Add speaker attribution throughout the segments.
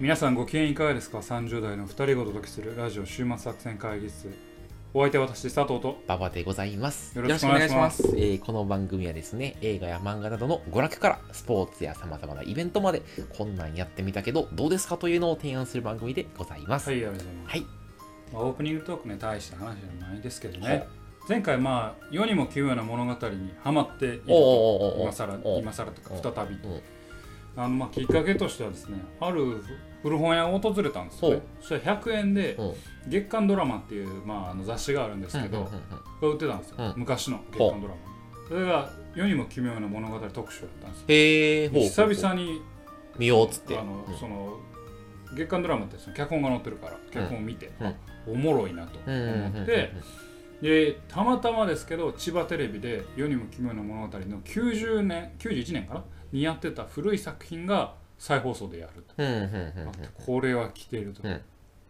Speaker 1: 皆さんご機嫌いかがですか ?30 代の2人ごときするラジオ週末作戦会議室。お相手は私、佐藤と
Speaker 2: ババでございます。
Speaker 1: よ
Speaker 3: よ
Speaker 1: ろしくお願いします。
Speaker 3: ろしくお願いし
Speaker 2: えーこの番組はですね、映画や漫画などの娯楽からスポーツや様々なイベントまで、こんなんやってみたけど、どうですかというのを提案する番組でございます。
Speaker 1: はい、ありがとうございます。
Speaker 2: はい。
Speaker 1: まあ、オープニングトークね、大した話じゃないですけどね。前回、まあ、世にも奇妙な物語にハマっていると。
Speaker 2: おーおーおーおー
Speaker 1: 今更
Speaker 2: おー
Speaker 1: 今更と
Speaker 2: お
Speaker 1: か再び
Speaker 2: うん
Speaker 1: あのまあきっかけとしてはですねある古本屋を訪れたんですよ、ね、そしたら100円で
Speaker 2: うん
Speaker 1: 月刊ドラマっていう、まあ、あの雑誌があるんですけど、
Speaker 2: うんうんうんうん
Speaker 1: が売ってたんですよ、
Speaker 2: うん
Speaker 1: 昔の月刊ドラマそれが世にも奇妙な物語特集だったんですよ
Speaker 2: へえ、ほうほうほう
Speaker 1: 久々に
Speaker 2: 見ようっつって。
Speaker 1: あの、
Speaker 2: うん
Speaker 1: その月刊ドラマってその脚本が載ってるから脚本を見て、
Speaker 2: うん
Speaker 1: あおもろいなと
Speaker 2: うんうんうんうん
Speaker 1: 思
Speaker 2: う
Speaker 1: っ
Speaker 2: ん
Speaker 1: て、でたまたまですけど千葉テレビで「世にも奇妙な物語」の90年91年かなにやってた古い作品が再放送でやると、
Speaker 2: うんうんうんうん
Speaker 1: これは来てると、
Speaker 2: うん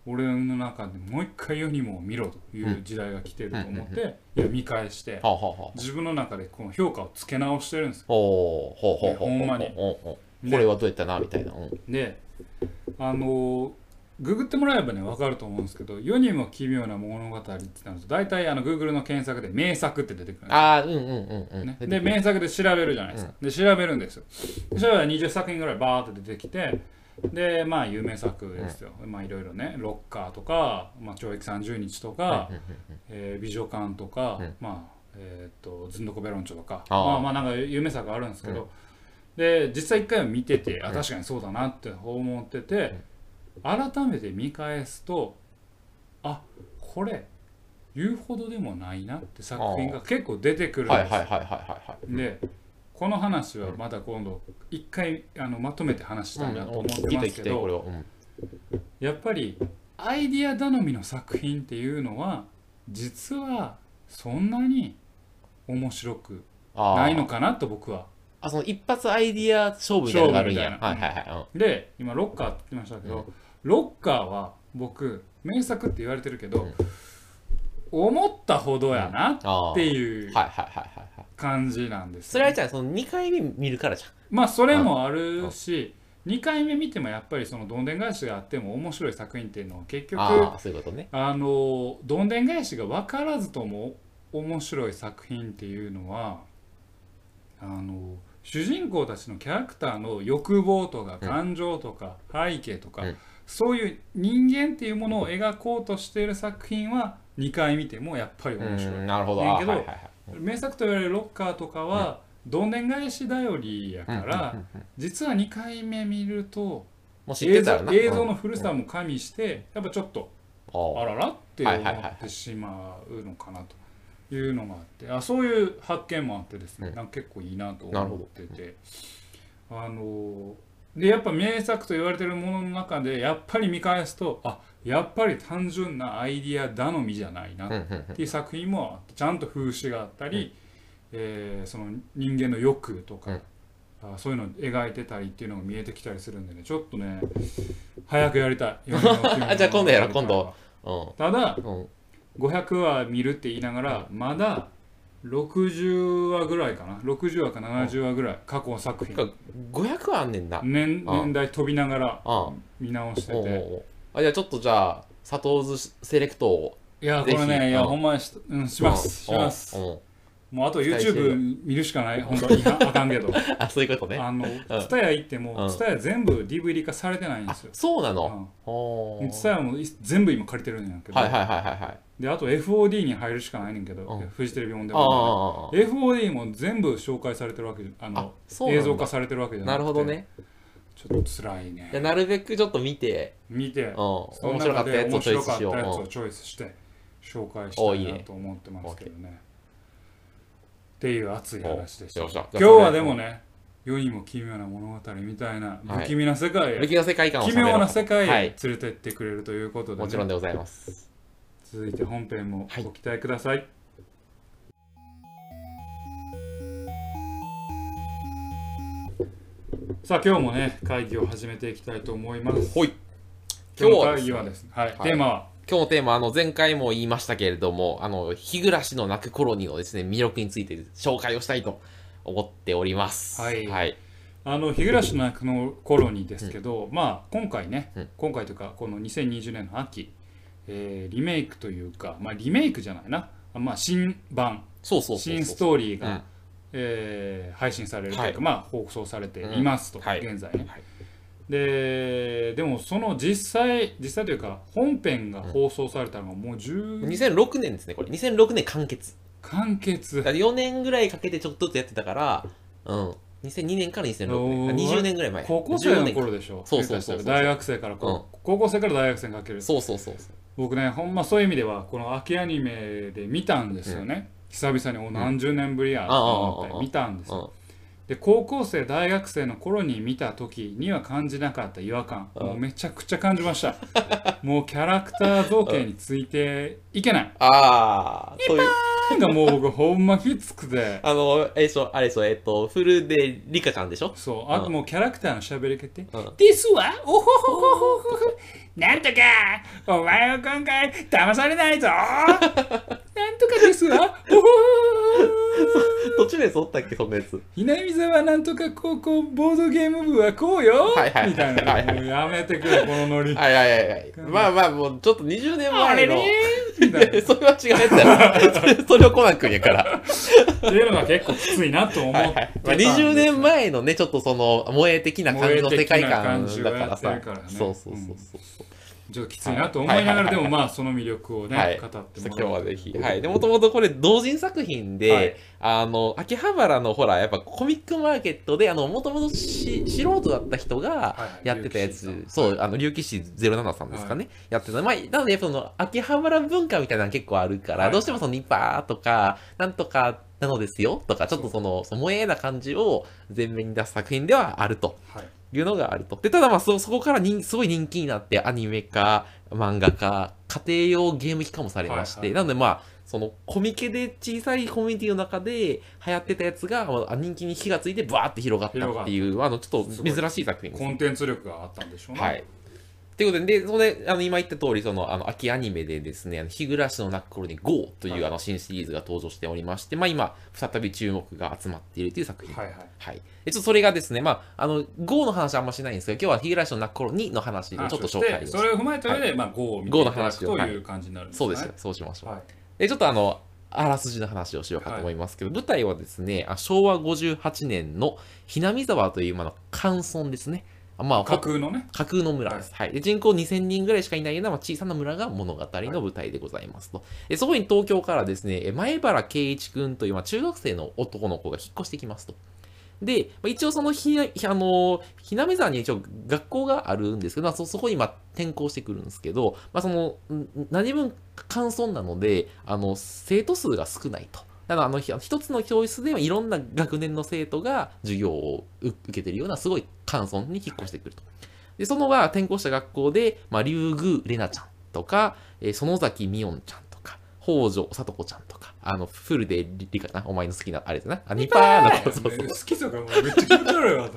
Speaker 1: 俺の中でもう一回世にも見ろという時代が来てると思って、いや見返して、
Speaker 2: はあはあはあ
Speaker 1: 自分の中でこの評価をつけ直してるんですよ
Speaker 2: ほうほうほうほう
Speaker 1: ほんまに
Speaker 2: ほうほうほう
Speaker 1: ね
Speaker 2: これはどうやったなみたいな。うん
Speaker 1: であのーググってもらえばね分かると思うんですけど「世にも奇妙な物語」ってなると大体あの Google の検索で「名作」って出てくるんで
Speaker 2: ああ、うんうんうんう
Speaker 1: す
Speaker 2: ん
Speaker 1: ね。で名作で調べるじゃないですか、で調べるんですよそしたら20作品ぐらいバーって出てきてでまあ有名作ですよ、まあいろいろね「ロッカー」とか「まあ、懲役30日」とか
Speaker 2: うんうん
Speaker 1: 「えー美女館」とか、
Speaker 2: うん
Speaker 1: まあえー、とずんどこベロンチョとか
Speaker 2: あー
Speaker 1: まあまあなんか有名作あるんですけど、で実際一回は見ててあ確かにそうだなって思ってて、改めて見返すとあこれ言うほどでもないなって作品が結構出てくるん
Speaker 2: うん
Speaker 1: です
Speaker 2: はい
Speaker 1: よ
Speaker 2: はいはいはいはいはい。
Speaker 1: でこの話はまた今度一回あのまとめて話したいなと思って
Speaker 2: 来
Speaker 1: ま
Speaker 2: て
Speaker 1: す
Speaker 2: 来
Speaker 1: け
Speaker 2: て
Speaker 1: ど、
Speaker 2: これは。うん
Speaker 1: やっぱりアイディア頼みの作品っていうのは実はそんなに面白く
Speaker 2: あー
Speaker 1: ないのかなと僕は
Speaker 2: あ、その一発アイディア勝負みたいなのがあるんや。は
Speaker 1: 勝
Speaker 2: い
Speaker 1: 負み
Speaker 2: はいは
Speaker 1: で今ロッカーって言ってましたけど、ロッカーは僕名作って言われてるけど、
Speaker 2: うん
Speaker 1: 思ったほどやな
Speaker 2: あー
Speaker 1: って
Speaker 2: い。
Speaker 1: いう
Speaker 2: はいはいはいはいはい。
Speaker 1: 感じなんです
Speaker 2: そ
Speaker 1: よ
Speaker 2: れ
Speaker 1: ね、
Speaker 2: はじゃあ、その2回目見るからじゃん。
Speaker 1: まあそれもあるし2回目見てもやっぱりそのどんでん返しがあっても面白い作品っていうのは結局
Speaker 2: あ
Speaker 1: あ
Speaker 2: あ、そういうことね。
Speaker 1: のどんでん返しが分からずとも面白い作品っていうのはあの主人公たちのキャラクターの欲望とか
Speaker 2: うん
Speaker 1: 感情とか背景とか、
Speaker 2: うん
Speaker 1: そういう人間っていうものを描こうとしている作品は2回見てもやっぱり
Speaker 2: う
Speaker 1: 面白い。
Speaker 2: ん、なるほど。
Speaker 1: ね
Speaker 2: あ
Speaker 1: け
Speaker 2: ー
Speaker 1: ど
Speaker 2: はいはいはい
Speaker 1: 名作と言われるロッカーとかは、どんでん返し頼りやから、
Speaker 2: うんうんうんうん
Speaker 1: 実は2回目見ると
Speaker 2: もう知っ
Speaker 1: 映
Speaker 2: て
Speaker 1: 像
Speaker 2: たらな。
Speaker 1: 映像の古さも加味して、やっぱちょっと
Speaker 2: うん。あ
Speaker 1: あららって
Speaker 2: は
Speaker 1: 思
Speaker 2: いはいはいはい
Speaker 1: ってしまうのかなというのがあってあそういう発見もあってですね、
Speaker 2: うん
Speaker 1: なんか結構いいなと
Speaker 2: なるほ
Speaker 1: 思ってて、あのーでやっぱ名作と言われてるものの中でやっぱり見返すとあやっぱり単純なアイディア頼みじゃないな
Speaker 2: あうんうんうん
Speaker 1: っていう作品もあってちゃんと風刺があったり、えーその人間の欲とか、あそういうのを描いてたりっていうのが見えてきたりするんでねちょっとね早くやりた い
Speaker 2: じゃあ今度やろう今度うん
Speaker 1: ただ
Speaker 2: うん
Speaker 1: 500話見るって言いながらまだ60話ぐらいかな60話か70話ぐらい過去の作
Speaker 2: て
Speaker 1: 品
Speaker 2: か500はあんねんな。
Speaker 1: 年
Speaker 2: あ
Speaker 1: 年代飛びながら
Speaker 2: あん。
Speaker 1: 見直して
Speaker 2: おうお
Speaker 1: て
Speaker 2: うおうあじゃあちょっとじゃあ佐藤ズセレクトを
Speaker 1: いやこ
Speaker 2: ぜひ
Speaker 1: れねいや
Speaker 2: あの
Speaker 1: ほんまにし,、うん、しますし
Speaker 2: うん
Speaker 1: ます
Speaker 2: うん
Speaker 1: もうあと
Speaker 2: 期待してる
Speaker 1: YouTube 見るしかない本 当にいやあかんけど
Speaker 2: あそういうことねあ
Speaker 1: あの、ツタヤ行っても、
Speaker 2: うん
Speaker 1: ツタヤ全部 DVD 化されてないんですよ。
Speaker 2: そうな
Speaker 1: う
Speaker 2: の
Speaker 1: ん
Speaker 2: お
Speaker 1: でツタ
Speaker 2: ー
Speaker 1: ヤもい全部今借りてるんやけど、
Speaker 2: はいはいはいはいはい
Speaker 1: であと FOD に入るしかないねんけど、
Speaker 2: うん
Speaker 1: フジテレビオンデ
Speaker 2: あ
Speaker 1: マン
Speaker 2: ああ
Speaker 1: ドで FOD も全部紹介されてるわけじゃあ
Speaker 2: ああ
Speaker 1: の
Speaker 2: そうなん
Speaker 1: 映
Speaker 2: だ
Speaker 1: 像化されてるわけじゃな
Speaker 2: な
Speaker 1: くて
Speaker 2: るほどね
Speaker 1: ちょっと辛い
Speaker 2: じゃあ
Speaker 1: ね
Speaker 2: なるべくちょっと見て
Speaker 1: 見て、
Speaker 2: うん
Speaker 1: その
Speaker 2: 面白
Speaker 1: 中
Speaker 2: かった
Speaker 1: で
Speaker 2: やつを
Speaker 1: 面
Speaker 2: チョ
Speaker 1: 白
Speaker 2: イス
Speaker 1: かっ
Speaker 2: したよ
Speaker 1: やつ
Speaker 2: う
Speaker 1: をチョイスして紹介した
Speaker 2: おいい
Speaker 1: いな
Speaker 2: ね
Speaker 1: と思ってますけどねっていう熱い話でした
Speaker 2: お
Speaker 1: 今
Speaker 2: よっしゃ
Speaker 1: 日はでもね世にも奇妙な物語みたいな
Speaker 2: はい
Speaker 1: 不気味な世界
Speaker 2: ん
Speaker 1: へ
Speaker 2: 不気味な世界観を
Speaker 1: 奇
Speaker 2: 喋ろう
Speaker 1: 妙な世界へ
Speaker 2: は
Speaker 1: 連
Speaker 2: い
Speaker 1: れてってくれるということで、ね
Speaker 2: もちろんでございます
Speaker 1: 続いて本編も
Speaker 2: はい
Speaker 1: ご期待ください、さあ今日もね会議を始めていきたいと思います
Speaker 2: ほい
Speaker 1: 今日
Speaker 2: 今日
Speaker 1: の
Speaker 2: は
Speaker 1: 会議はですねはい、
Speaker 2: はい
Speaker 1: テーマは
Speaker 2: 今日のテーマあの前回も言いましたけれどもあの日暮らしの泣く頃にのですね魅力について紹介をしたいと思っております
Speaker 1: はい
Speaker 2: はい
Speaker 1: いあの日暮の役の頃にですけど、まあ今回ね、
Speaker 2: うん
Speaker 1: 今回というかこの2020年の秋、えーリメイクというかまあリメイクじゃないなあまあ新版
Speaker 2: そうそうそうそう
Speaker 1: 新ストーリーが、
Speaker 2: うん
Speaker 1: えー配信されるというか、
Speaker 2: はい
Speaker 1: まあ放送されていますと、
Speaker 2: うんはい
Speaker 1: 現在ね、
Speaker 2: はい
Speaker 1: ででもその実際実際というか本編が放送されたのがもう10、
Speaker 2: 2006年ですねこれ2006年完結
Speaker 1: 完結
Speaker 2: だから4年ぐらいかけてちょっとずつやってたからうん2002年から2006
Speaker 1: おー
Speaker 2: 年20年ぐらい前
Speaker 1: 高校生
Speaker 2: 15
Speaker 1: の
Speaker 2: 年か
Speaker 1: 頃でしょ
Speaker 2: そうそうそう
Speaker 1: 下手
Speaker 2: そう
Speaker 1: したら大学生からこう、高校生から大学生にかける
Speaker 2: そうそうそうそう
Speaker 1: 僕ねほんまそういう意味ではこの秋アニメで見たんですよね、久々にお何十年ぶりやと思っ
Speaker 2: うん
Speaker 1: て見たんですよ、
Speaker 2: うん
Speaker 1: で高校生大学生の頃に見た時には感じなかった違和感、
Speaker 2: うん
Speaker 1: もうめちゃくちゃ感じました もうキャラクター造形についていけない
Speaker 2: ああそういう
Speaker 1: がもう僕ほんまきつくて
Speaker 2: あのえそうあれそうえっとフルでリカちゃんでしょ
Speaker 1: そうあともうキャラクターの喋り方って
Speaker 2: うん
Speaker 1: 「ですわおほほほほほほなんとかお前は今回騙されない ぞなんとかですわおほほほほ
Speaker 2: 途中でそったっけそんなやつ
Speaker 1: ひなみざわなんとか高校ボードゲーム部はこうよ」
Speaker 2: はいはい
Speaker 1: みたい
Speaker 2: はいは
Speaker 1: ないもうやめてくれこのノリ
Speaker 2: はいはいはいはいまあまあもうちょっと20年
Speaker 1: あれ
Speaker 2: 前の
Speaker 1: ねみたいなっ
Speaker 2: それは違うやつやろそ れそれをコナン君やから
Speaker 1: ていうのが結構きついなと思って
Speaker 2: はい
Speaker 1: たん
Speaker 2: は
Speaker 1: で
Speaker 2: い
Speaker 1: す、
Speaker 2: まあ、20年前のねちょっとその萌え的な感じの世界観だから
Speaker 1: 萌
Speaker 2: さ
Speaker 1: え的な感じをやってるからね
Speaker 2: そうそうそうそう、
Speaker 1: うんちょっときついなと思いながらでもまあその魅力をね、
Speaker 2: はい
Speaker 1: 語って
Speaker 2: 今
Speaker 1: も
Speaker 2: 日
Speaker 1: ら
Speaker 2: は
Speaker 1: う
Speaker 2: ぜひ。はい。で、もともとこれ、同人作品で、
Speaker 1: はい
Speaker 2: あの、秋葉原のほら、やっぱコミックマーケットで、あの、もともとし素人だった人が
Speaker 1: はいはい
Speaker 2: やってたやつ、
Speaker 1: 竜騎士さん
Speaker 2: そう、あの、竜騎士07さんですかね、やってた。まあ、なので、その、秋葉原文化みたいなの結構あるから、
Speaker 1: はい
Speaker 2: どうしてもその、ニッパーとか、なんとかなのですよとか、ちょっとその、その萌えな感じを前面に出す作品ではあると。
Speaker 1: はい
Speaker 2: いうのがあると。で、ただまあそ、そこから人すごい人気になって、アニメ化、漫画化、家庭用ゲーム機化もされまして、
Speaker 1: はいはい
Speaker 2: なのでまあ、そのコミケで小さいコミュニティの中で流行ってたやつが、まあ、人気に火がついてバーって広がったっていう、あの、ちょっと
Speaker 1: すごい
Speaker 2: 珍しい作品です
Speaker 1: コンテンツ力があったんでしょうね。
Speaker 2: はい。ということで、で、それで、あの、今言った通り、その、あの、秋アニメでですね、あの日暮らしの泣く頃に GO という、
Speaker 1: はい
Speaker 2: あの、新シリーズが登場しておりまして、まあ今、再び注目が集まっているという作品
Speaker 1: はいはい。
Speaker 2: はい。え、ちょっとそれがですね、まあ、あの、GO の話はあんましないんですけど、今日は日暮らしの泣く頃にの話をちょっと紹介を
Speaker 1: で
Speaker 2: し
Speaker 1: それを踏まえた上で、まあ、GO を見ていただく
Speaker 2: ゴーの話を
Speaker 1: と
Speaker 2: はい
Speaker 1: いう感じになるんです
Speaker 2: そう
Speaker 1: ね。
Speaker 2: ですよ、そうしましょう。
Speaker 1: はい。
Speaker 2: え、ちょっとあの、あらすじの話をしようかと思いますけど、舞台はですね、あ昭和58年のひなみ沢という、まあ、の、寒村ですね。あまあ、
Speaker 1: 架空のね。
Speaker 2: 架空の村です、はいで人口2000人ぐらいしかいないようなまあ小さな村が物語の舞台でございますと、でそこに東京からですねえ前原圭一君という、まあ、中学生の男の子が引っ越してきますとで、まあ、一応そのひなひあのひなめ沢に一応学校があるんですけど、まあ、そそこにまあ転校してくるんですけど、まあ、そのん何分簡素なのであの生徒数が少ないと。だからあのひ一つの教室ではいろんな学年の生徒が授業を受受けてるようなすごい簡素に引っ越してくると。で、そのが転校した学校で、まあ、竜宮玲奈ちゃんとか、えー園崎美音ちゃんとか、北条さと子ちゃんとか、あの、フルでリリカかな、お前の好きな、あれだな、あ、ニパーの子、そうそう
Speaker 1: 好。きとかもうめっちゃ気持ち悪いわと思って。大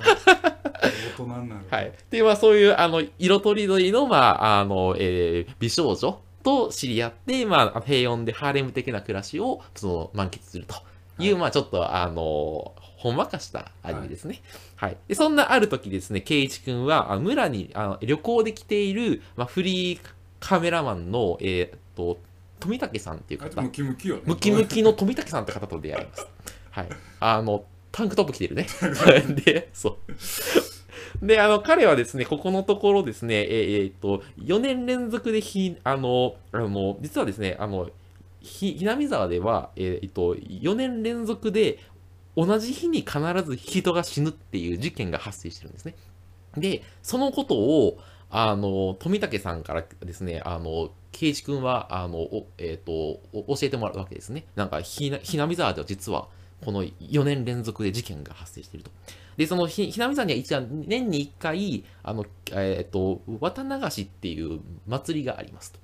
Speaker 1: 人になる。
Speaker 2: はい。っていう、まあ、そういう、あの、色とりどりの、まあ、あの、えー美少女と知り合って、まあ、平穏でハーレム的な暮らしを、その、満喫するという、まあ、ちょっと、あの、ほんわかしたアニメですね。はい。で、そんなある時ですね、圭一くんは、あ村にあの旅行で来ている、まあ、フリーカメラマンの、えーっと、富武さんっていう
Speaker 1: あいつ
Speaker 2: 方
Speaker 1: ム、キムキよね。
Speaker 2: ムキムキの富武さんって方と出会います。はい。あの、タンクトップ着てるね。はいで、そう。で、あの、彼はですね、ここのところですね、えーえーっと、4年連続でひ、あの、あの、実はですね、あの、ひ、ひなみ沢では、えーえーっと、4年連続で、同じ日に必ず人が死ぬっていう事件が発生してるんですね。で、そのことを、あの、富武さんからですね、あの、圭一君は、あの、おえっ、とお教えてもらうわけですね。なんか、ひな、ひなみ沢では実は、この4年連続で事件が発生していると。で、そのひ、ひなみ沢には一応、年に1回、あの、えっ、と、綿流しっていう祭りがありますと。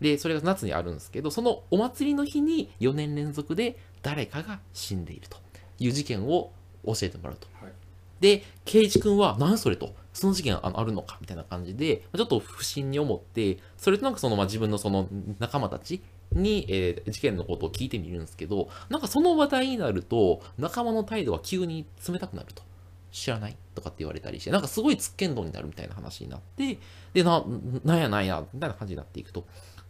Speaker 2: で、それが夏にあるんですけど、そのお祭りの日に4年連続で誰かが死んでいるという事件を教えてもらうと。
Speaker 1: はい
Speaker 2: で、圭一君は、何それと、その事件ああるのかみたいな感じで、ちょっと不審に思って、それとなくその、まあ、自分のその仲間たちに、えー事件のことを聞いてみるんですけど、なんかその話題になると、仲間の態度が急に冷たくなると知らないとかって言われたりして、なんかすごいつっけんどになるみたいな話になって、で、な、なんやなんや、みたいな感じになっていくと。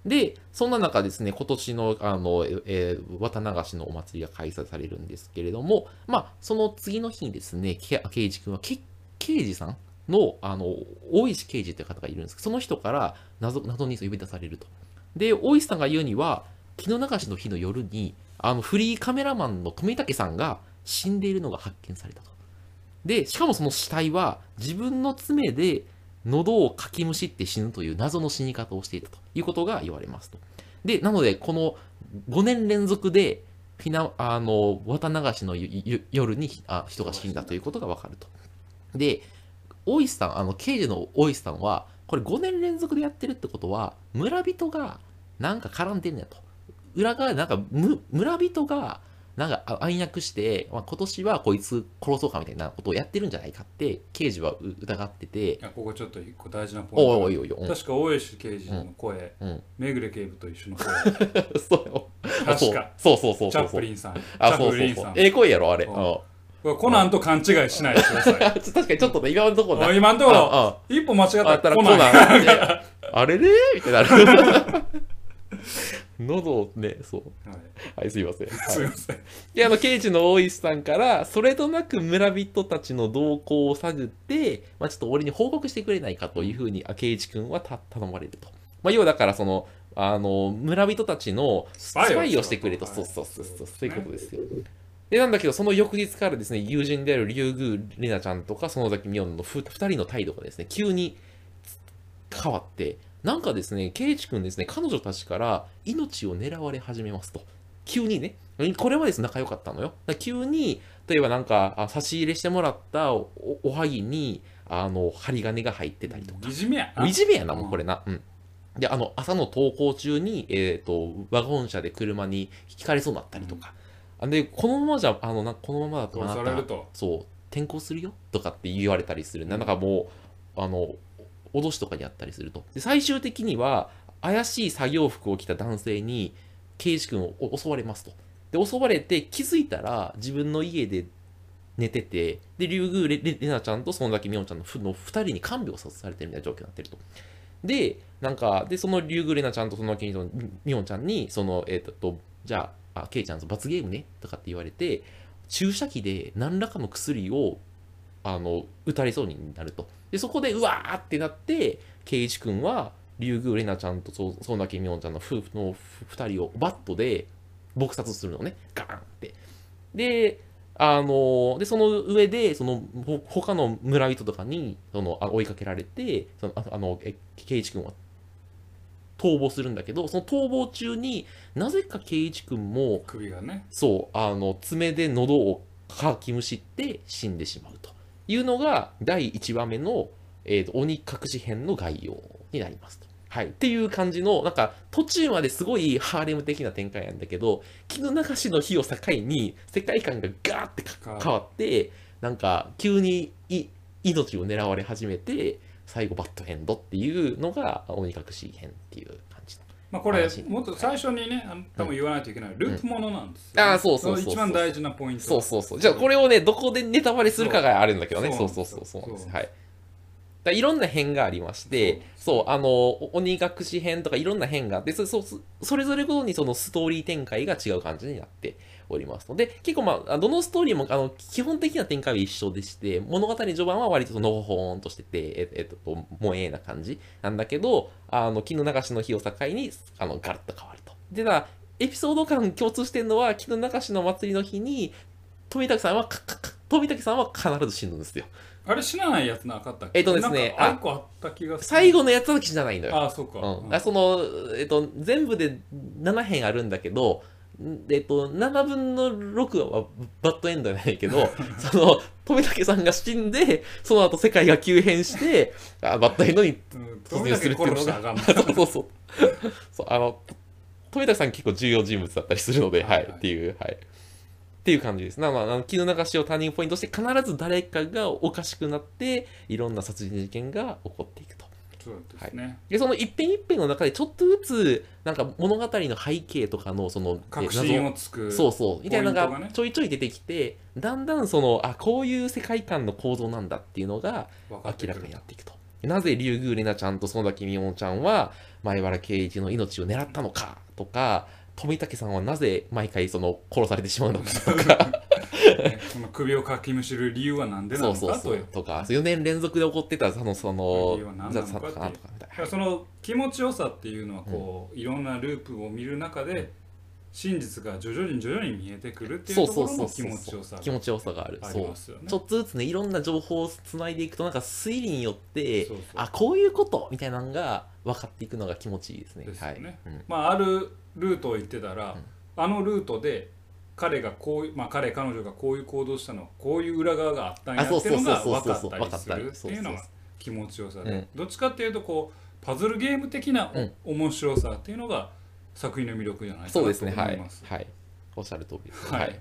Speaker 2: で、そんな中ですね、今年の、あの、ええー渡流しのお祭りが開催されるんですけれども、まあ、その次の日にですね、け刑事君は、け刑事さんの、あの、大石刑事という方がいるんですけど、その人から謎、謎に呼び出されると。で、大石さんが言うには、昨日流しの日の夜に、あの、フリーカメラマンの富武さんが死んでいるのが発見されたと。で、しかもその死体は自分の爪で喉をかきむしって死ぬという謎の死に方をしていたということが言われますと。で、なので、この5年連続で、ひな、あの、綿流しのゆゆ夜にあ人が死んだということがわかると。で、大石さん、あの、刑事の大石さんは、これ5年連続でやってるってことは、村人がなんか絡んでんねやと。裏側でなんかむ村人がなんかあ暗躍して、まあ、今年はこいつ殺そうかみたいなことをやってるんじゃないかって刑事はう疑ってて、
Speaker 1: やここちょっと一個大事なポイント
Speaker 2: おいおいおいおい、
Speaker 1: 確か大石刑事の声、
Speaker 2: うんうん
Speaker 1: めぐれ警部と一緒の声
Speaker 2: そうあ
Speaker 1: 確か
Speaker 2: そうそうそう
Speaker 1: チ
Speaker 2: そ
Speaker 1: ャッ
Speaker 2: う
Speaker 1: プ
Speaker 2: そう
Speaker 1: リンさんチ
Speaker 2: あ
Speaker 1: ャッ
Speaker 2: そう
Speaker 1: プ
Speaker 2: そう
Speaker 1: リン
Speaker 2: そう
Speaker 1: さん
Speaker 2: ええ声やろあれ、
Speaker 1: う
Speaker 2: うんん、
Speaker 1: これコナンと勘違いしないでください
Speaker 2: あちょ確かにちょっとね今のところ
Speaker 1: もう
Speaker 2: な
Speaker 1: 今のところ
Speaker 2: あ
Speaker 1: 一歩間違った
Speaker 2: ああ
Speaker 1: ら
Speaker 2: ったら
Speaker 1: コ
Speaker 2: コ
Speaker 1: ナ
Speaker 2: ナ
Speaker 1: ン
Speaker 2: ンであれれみたいになる喉をねそう
Speaker 1: はい
Speaker 2: はいすいません、はい
Speaker 1: すいません
Speaker 2: で、あの、刑事の大石さんから、それとなく村人たちの動向を探って、まあ、ちょっと俺に報告してくれないかというふうに、あ刑事君はた頼まれると。まあ、要はだから、その、あの、村人たちのス
Speaker 1: パイを
Speaker 2: パイをしてくれと。
Speaker 1: はい
Speaker 2: そうそうそうそ
Speaker 1: そ
Speaker 2: う、そ
Speaker 1: ですね
Speaker 2: うういうことですよ。で、なんだけど、その翌日からですね、友人である竜宮玲奈ちゃんとか、園崎美音のふ二人の態度がですね、急に変わって、なんかですね、ケイチ君ですね、彼女たちから命を狙われ始めますと。急にね、これまでです仲良かったのよ。だから急に、例えばなんか、あ差し入れしてもらったおおおはぎに、あの、針金が入ってたりとか。
Speaker 1: いじめや
Speaker 2: いじめやな、も
Speaker 1: うん
Speaker 2: うこれな。うん。で、あの、朝の登校中に、えっ、と、ワゴン車で車にひかれそうになったりとか。あで、このままじゃ、あの、なこのままだと
Speaker 1: 殺
Speaker 2: な
Speaker 1: さ
Speaker 2: た
Speaker 1: れると
Speaker 2: そう、転校するよとかって言われたりする。なんかもう、あの、脅しとかにあったりすると。で、最終的には、怪しい作業服を着た男性に、刑事君をお襲われますと。で、襲われて気づいたら、自分の家で寝てて、で、竜宮レレレナちゃんと園崎美音ちゃんのふの2人に看病させられてるみたいな状況になってると。で、なんか、で、その竜宮レナちゃんと園崎美音美音ちゃんに、その、えっ、と、じゃあ、あケイちゃん、その罰ゲームねとかって言われて、注射器で何らかの薬をあの打たれそうになるとでそこでうわーってなって圭一君は竜宮玲奈ちゃんとそうそうなきみおんちゃんの夫婦の2人をバットで撲殺するのねガーンってであのでその上でそのほ他の村人とかにそのあ追いかけられてそのああのえ圭一君は逃亡するんだけどその逃亡中になぜか圭一君も
Speaker 1: 首がね
Speaker 2: そう、あの、爪で喉をかきむしって死んでしまうというのが、第1話目の、えーと鬼隠し編の概要になりますと。はい。っていう感じの、なんか、途中まですごいハーレム的な展開なんだけど、絹流しの日を境に、世界観がガーって
Speaker 1: 変わる
Speaker 2: 変わって、なんか、急にい命を狙われ始めて、最後バッドエンドっていうのが、鬼隠し編っていう感じ。
Speaker 1: まあこれ
Speaker 2: 話
Speaker 1: もっと最初にねあの多分言わないといけないループものなんですよ
Speaker 2: あーそうそうそうそう
Speaker 1: 一番大事なポイント
Speaker 2: そうそうそう。じゃあこれをね、どこでネタバレするかがあるんだけどね。
Speaker 1: そ
Speaker 2: そううそうそう。
Speaker 1: そ
Speaker 2: そうう
Speaker 1: な
Speaker 2: なん
Speaker 1: で
Speaker 2: んですす。
Speaker 1: よ
Speaker 2: はい。だからいろんな編がありまして、そう、あの、お鬼隠し編とかいろんな編があって、そそそそれぞれごとにそのストーリー展開が違う感じになっておりますので、結構まあ、どのストーリーも、あの、基本的な展開は一緒でして、物語序盤は割とそのほほーんとしてて、ええっと、萌えな感じなんだけど、あの、絹流しの日を境に、あの、ガラッと変わると。で、だからエピソード間共通してるのは、絹流しの祭りの日に、富武さんはか、かか富武さんは必ず死ぬんですよ。
Speaker 1: あれ死なないやつなかったっ
Speaker 2: えっとですね
Speaker 1: なんかあ
Speaker 2: あ
Speaker 1: 一個あった気がする
Speaker 2: 最後のやつは死なないのよ。
Speaker 1: ああそうか、
Speaker 2: うん、
Speaker 1: うん
Speaker 2: あその、えっと、全部で7編あるんだけど、んえっと、7分の6はバッドエンドじゃないけ どその富武さんが死んでその後世界が急変してあバッドエンドに
Speaker 1: うんど
Speaker 2: 突
Speaker 1: れだ
Speaker 2: 入す
Speaker 1: け
Speaker 2: るってい
Speaker 1: 殺
Speaker 2: うの
Speaker 1: したらあ
Speaker 2: が
Speaker 1: かんの
Speaker 2: そうそうそうそうあの富田さん結構重要人物だったりするので、
Speaker 1: は
Speaker 2: はいい、っていう、はい。っていう感じです。なまあ、あの、気の流しをターニングポイントとして、必ず誰かがおかしくなって、いろんな殺人事件が起こっていくと。
Speaker 1: そうですね、
Speaker 2: でその一編一編の中でちょっとずつなんか物語の背景とかのそのえ
Speaker 1: 確信をつく
Speaker 2: そうそうみたいなの
Speaker 1: ポイン
Speaker 2: が
Speaker 1: トがね
Speaker 2: ちょいちょい出てきて、だんだんそのあこういう世界観の構造なんだっていうのが
Speaker 1: 分かってく
Speaker 2: 明ら
Speaker 1: る
Speaker 2: かになっていくとなぜ竜宮玲奈ちゃんと園田君音ちゃんは前原圭一の命を狙ったのかとか富武さんはなぜ毎回その殺されてしまうのかとか
Speaker 1: ねその首をかきむしる理由は何でな
Speaker 2: そ
Speaker 1: の
Speaker 2: う
Speaker 1: か
Speaker 2: そ
Speaker 1: と
Speaker 2: うそ
Speaker 1: いう
Speaker 2: うとか4年連続で起こってたそのその
Speaker 1: 理由は何なの
Speaker 2: 雑
Speaker 1: かっ
Speaker 2: さ
Speaker 1: ていう
Speaker 2: とかとかみたいな
Speaker 1: だからその気持ちよさっていうのはこう、いろんなループを見る中で真実が徐々に徐々に見えてくるってい
Speaker 2: そうう
Speaker 1: と
Speaker 2: そ
Speaker 1: こ
Speaker 2: う
Speaker 1: ろ
Speaker 2: そう
Speaker 1: の気
Speaker 2: そ
Speaker 1: 持ち
Speaker 2: う
Speaker 1: よさが
Speaker 2: 気持ちよさがある
Speaker 1: あ
Speaker 2: そ
Speaker 1: り
Speaker 2: う
Speaker 1: ますよね
Speaker 2: ちょっとずつねいろんな情報をつないでいくとなんか推理によって
Speaker 1: そうそう
Speaker 2: あこういうことみたいなのが分かっていくのが気持ちいいですね。
Speaker 1: ですよね
Speaker 2: はいうん
Speaker 1: まああるルートを行ってたら、
Speaker 2: うん
Speaker 1: あのルートで彼がこういうまあ彼彼女がこういう行動したのはこういう裏側があったんや
Speaker 2: あそう
Speaker 1: って
Speaker 2: そ
Speaker 1: いううの
Speaker 2: そう
Speaker 1: が
Speaker 2: そう
Speaker 1: 分
Speaker 2: そう
Speaker 1: か
Speaker 2: そう
Speaker 1: ったりするっていうの
Speaker 2: 分かったりそうそう
Speaker 1: が
Speaker 2: そ
Speaker 1: 気持ちよさで、
Speaker 2: うん
Speaker 1: どっちかっていうとこうパズルゲーム的なお
Speaker 2: うん
Speaker 1: 面白さっていうのが作品の魅力じゃないかなと
Speaker 2: そう
Speaker 1: 思
Speaker 2: で
Speaker 1: います
Speaker 2: す
Speaker 1: す
Speaker 2: ねはいはいおっしゃる通りです。
Speaker 1: はい
Speaker 2: はい
Speaker 1: い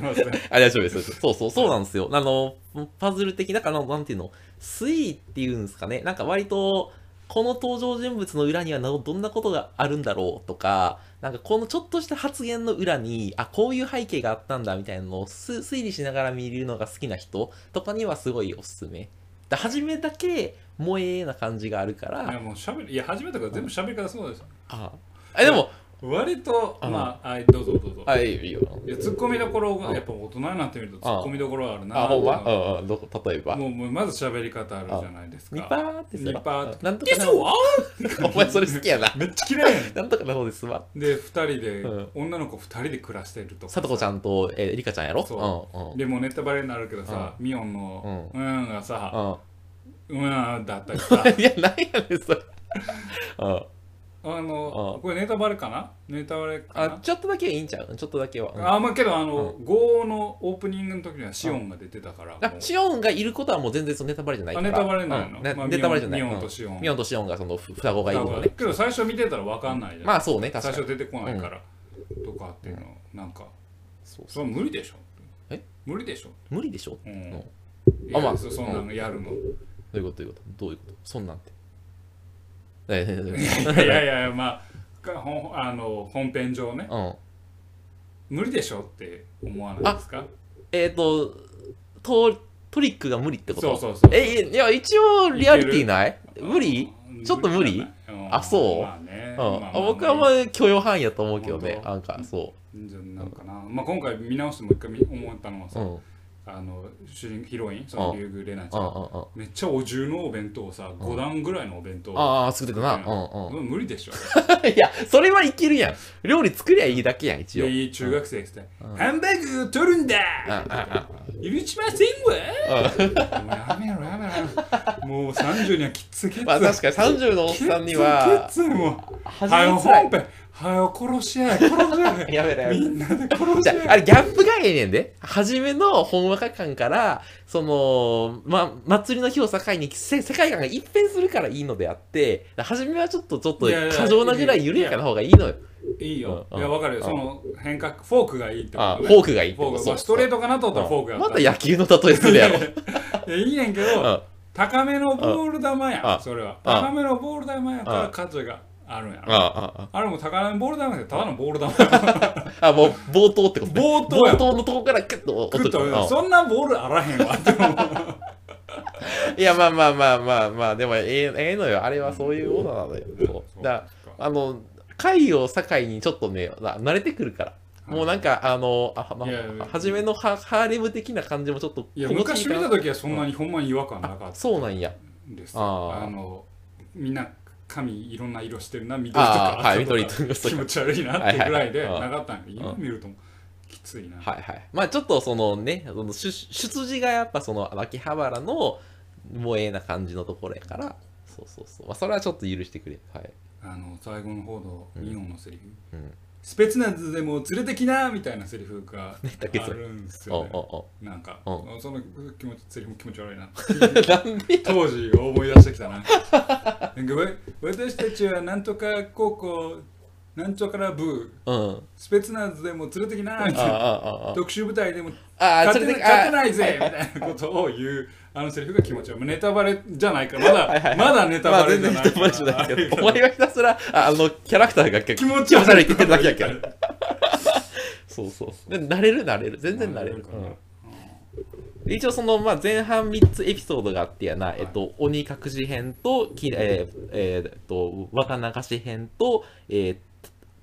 Speaker 1: ません
Speaker 2: あ、大丈夫です。そうそう、そうなんですよ。あの、パズル的な、なんかなんていうの、推移っていうんですかね、なんか割と、この登場人物の裏にはなどんなことがあるんだろうとか、なんかこのちょっとした発言の裏に、あ、こういう背景があったんだみたいなのをす推理しながら見るのが好きな人とかにはすごいおすすめ。だ初めだけ萌えな感じがあるか
Speaker 1: いや
Speaker 2: ら、
Speaker 1: もうしゃべいや始めたから全部喋り方そうです
Speaker 2: あ、あでも、
Speaker 1: 割と
Speaker 2: あの
Speaker 1: まあはいどうぞどうぞ
Speaker 2: あ、いいよ、いいよ。
Speaker 1: いやツッコミどころが
Speaker 2: あ
Speaker 1: やっぱ大人になってみるとツ
Speaker 2: あ
Speaker 1: ッコミどころあるな
Speaker 2: あ、ほんま
Speaker 1: と
Speaker 2: う
Speaker 1: か
Speaker 2: んうん、どこ例えば。
Speaker 1: もうもうまず喋り方あるじゃないですか
Speaker 2: ニパーって
Speaker 1: ニパー
Speaker 2: って。なんとか
Speaker 1: で
Speaker 2: な
Speaker 1: しょあ
Speaker 2: お前それ好きやな。
Speaker 1: めっちゃ嫌いやね
Speaker 2: なんとかなのですわ。
Speaker 1: んで2人で、
Speaker 2: うん
Speaker 1: 女の子2人で暮らしてるとか
Speaker 2: さとこちゃんと、えー、りかちゃんやろ
Speaker 1: そ
Speaker 2: うんうん。
Speaker 1: でもうネタバレになるけどさ、ミオンの「
Speaker 2: う
Speaker 1: うん」がさ
Speaker 2: う
Speaker 1: 「うん」だったりさ
Speaker 2: ん。いや、なんやねん、それ。うん。
Speaker 1: あの
Speaker 2: うん
Speaker 1: これネタバレかなネタバレか
Speaker 2: あ
Speaker 1: な、
Speaker 2: ちょっとだけはいいんちゃうちょっとだけは。うん
Speaker 1: あまあけどあの「GO」のオープニングの時にはシオンが出てたから
Speaker 2: あ
Speaker 1: も、う
Speaker 2: シオンがいることはもう全然そのネタバレじゃない
Speaker 1: あ
Speaker 2: から。
Speaker 1: ネタバレになるの、
Speaker 2: うんね
Speaker 1: まあ
Speaker 2: ネタバレじゃない。
Speaker 1: ミオンミ
Speaker 2: う
Speaker 1: オンと
Speaker 2: ん
Speaker 1: シオン
Speaker 2: ミオンとシオンがそのふ双子がいるの
Speaker 1: だ
Speaker 2: ね。
Speaker 1: けど最初見てたら分かんないじゃん、
Speaker 2: まあそうね、確か
Speaker 1: 最
Speaker 2: に。
Speaker 1: 初出てこないから、とかっていうのなんか
Speaker 2: そう
Speaker 1: それは無理でしょ
Speaker 2: え
Speaker 1: 無理でしょ、
Speaker 2: 無理でしょ
Speaker 1: うんい
Speaker 2: ん
Speaker 1: や
Speaker 2: あまあ
Speaker 1: そそんなのやるの、
Speaker 2: どういうことどういうことどういうことそんなんて。えええええ え
Speaker 1: いやいやいやまあかほんあの本編上ね
Speaker 2: うん。
Speaker 1: 無理でしょって思わないですか
Speaker 2: えっ、ー、とと、トリックが無理ってこと
Speaker 1: そうそうそう
Speaker 2: え、いや、一応リアリティない無理
Speaker 1: うん
Speaker 2: ちょっと無理
Speaker 1: じゃないん
Speaker 2: あそう
Speaker 1: まあね、
Speaker 2: うん
Speaker 1: まあまあ
Speaker 2: あ僕はま
Speaker 1: い
Speaker 2: あ許容範囲やと思うけどね
Speaker 1: 本当
Speaker 2: なんかそ
Speaker 1: いんじゃないかな、まあ、今回見直してもう一回見思ったのは
Speaker 2: う
Speaker 1: さ、
Speaker 2: うんうんうん
Speaker 1: あの主人ヒロインその
Speaker 2: うん
Speaker 1: 竜宮玲奈ちゃん
Speaker 2: うん
Speaker 1: めっちゃお重のお弁当をさ5段ぐらいのお弁当
Speaker 2: ああ作ってたなうんうん
Speaker 1: う ん無理でしょ
Speaker 2: いやそれはいけるやん料理作りゃいいだけやん一応
Speaker 1: でいい中学生って
Speaker 2: うん
Speaker 1: ハンバーグを取るん
Speaker 2: うんうん
Speaker 1: だ許しませんわもうやめろやめろやめろもう30にはきつけつ
Speaker 2: まあ確かに30のおっ
Speaker 1: きつ
Speaker 2: さんには
Speaker 1: きつもう
Speaker 2: 始
Speaker 1: はよ
Speaker 2: めづら
Speaker 1: 本
Speaker 2: い
Speaker 1: 編はよ殺し合え殺し合え
Speaker 2: やめ ろやめ
Speaker 1: み
Speaker 2: ろ
Speaker 1: んなで殺
Speaker 2: じ
Speaker 1: し
Speaker 2: ゃ
Speaker 1: 合
Speaker 2: ああ
Speaker 1: え
Speaker 2: れギャップがええねんで初めのほんわか感からその、ま、祭りの日を境にせ世界観が一変するからいいのであって初めはちょっとちょっと
Speaker 1: いやいや
Speaker 2: 過剰なぐらい緩やかな方がいいのよ
Speaker 1: いいよ
Speaker 2: うん
Speaker 1: いやわかるよ
Speaker 2: うん
Speaker 1: その変革フォークがいいって
Speaker 2: あ
Speaker 1: こ
Speaker 2: フ
Speaker 1: とね
Speaker 2: ォークがいいって
Speaker 1: フォ
Speaker 2: こ
Speaker 1: ーク
Speaker 2: とそ
Speaker 1: ま
Speaker 2: う
Speaker 1: あストレートかなと思ったらフォーク
Speaker 2: う
Speaker 1: やっ
Speaker 2: んま
Speaker 1: た
Speaker 2: た野球の例えするやろ
Speaker 1: いやいいねんけ
Speaker 2: う
Speaker 1: ど
Speaker 2: ん
Speaker 1: 高めのボール球や
Speaker 2: う
Speaker 1: ん
Speaker 2: ん
Speaker 1: それは
Speaker 2: うん
Speaker 1: 高めのボール球やから価値があるんやろ
Speaker 2: ああ
Speaker 1: あれも高めのボール球でただのボール 球や
Speaker 2: ああもう冒頭ってことね
Speaker 1: 冒頭や
Speaker 2: 冒頭のとこからクッと
Speaker 1: 食っ
Speaker 2: 音が
Speaker 1: とそんなボールあらへ んわって思う
Speaker 2: うんいやまあまあまあまあまあでもええええのよあれはそういうものなのよそうだからあの回を境にちょっとねな慣れてくるからもうなんかあのあ、ま
Speaker 1: いやいや
Speaker 2: あ、初めのハハーレム的な感じもちょっと
Speaker 1: いや
Speaker 2: 心地い
Speaker 1: 昔
Speaker 2: いか
Speaker 1: 見
Speaker 2: な
Speaker 1: た時はそんなにほんまに違和感なか
Speaker 2: あ
Speaker 1: っ
Speaker 2: そうなんや
Speaker 1: たんですよ
Speaker 2: あ
Speaker 1: あ
Speaker 2: ー
Speaker 1: のみんな髪いろんな色してるな緑と
Speaker 2: あ
Speaker 1: か
Speaker 2: あはい
Speaker 1: 赤
Speaker 2: 緑
Speaker 1: とか
Speaker 2: と
Speaker 1: 気持ち悪いな
Speaker 2: は
Speaker 1: っ
Speaker 2: い
Speaker 1: て
Speaker 2: はい
Speaker 1: ぐらいで
Speaker 2: うん
Speaker 1: なかったんやけど
Speaker 2: う
Speaker 1: 今
Speaker 2: ん
Speaker 1: 見るともきついな
Speaker 2: はいはい。まあちょっとそのね、その出出自がやっぱその秋葉原の萌えな感じのところやから、そうそうそう。まあそれはちょっと許してくれ。はい。
Speaker 1: あの最後の方の
Speaker 2: うん
Speaker 1: ミオンのセリフ
Speaker 2: うん
Speaker 1: スペツナズでも連れてきなみたいなセリフが
Speaker 2: だっけ
Speaker 1: あ
Speaker 2: それ
Speaker 1: るんです
Speaker 2: お
Speaker 1: よ
Speaker 2: う
Speaker 1: ね
Speaker 2: おうおう
Speaker 1: なんか
Speaker 2: う
Speaker 1: その気持ちセリフも気持ち悪いな
Speaker 2: なんで
Speaker 1: 当時を思い出してきたななんかわ私たちはなんとか高校南朝からブー
Speaker 2: うん。あ
Speaker 1: スペツナーズでも連れてきなみ
Speaker 2: あ、
Speaker 1: たいな
Speaker 2: ああ、あ
Speaker 1: 特殊部隊でも
Speaker 2: あ。ああ、
Speaker 1: 勝
Speaker 2: そ
Speaker 1: てな
Speaker 2: れで、
Speaker 1: 勝て
Speaker 2: あ
Speaker 1: ないぜみたいなことを言うあのセリフが気持ち悪いネタバレじゃないかま
Speaker 2: はいは
Speaker 1: だ
Speaker 2: い
Speaker 1: まだネタ
Speaker 2: ま
Speaker 1: バ
Speaker 2: あ
Speaker 1: レ
Speaker 2: 全
Speaker 1: じゃ
Speaker 2: 然
Speaker 1: ない
Speaker 2: 人前じゃないけど、お前がひたすら、ああの、キャラクターが
Speaker 1: 気
Speaker 2: 気
Speaker 1: 持ち悪い
Speaker 2: 悪いって言ってるだけやけ
Speaker 1: 気持ち
Speaker 2: ど。そうそう。で、慣れる慣れる。全然慣れる。うんで一応その、まあ、前半3つエピソードがあってやな、えっと、鬼隠し編と、きえーえーっと、若流し編と、えー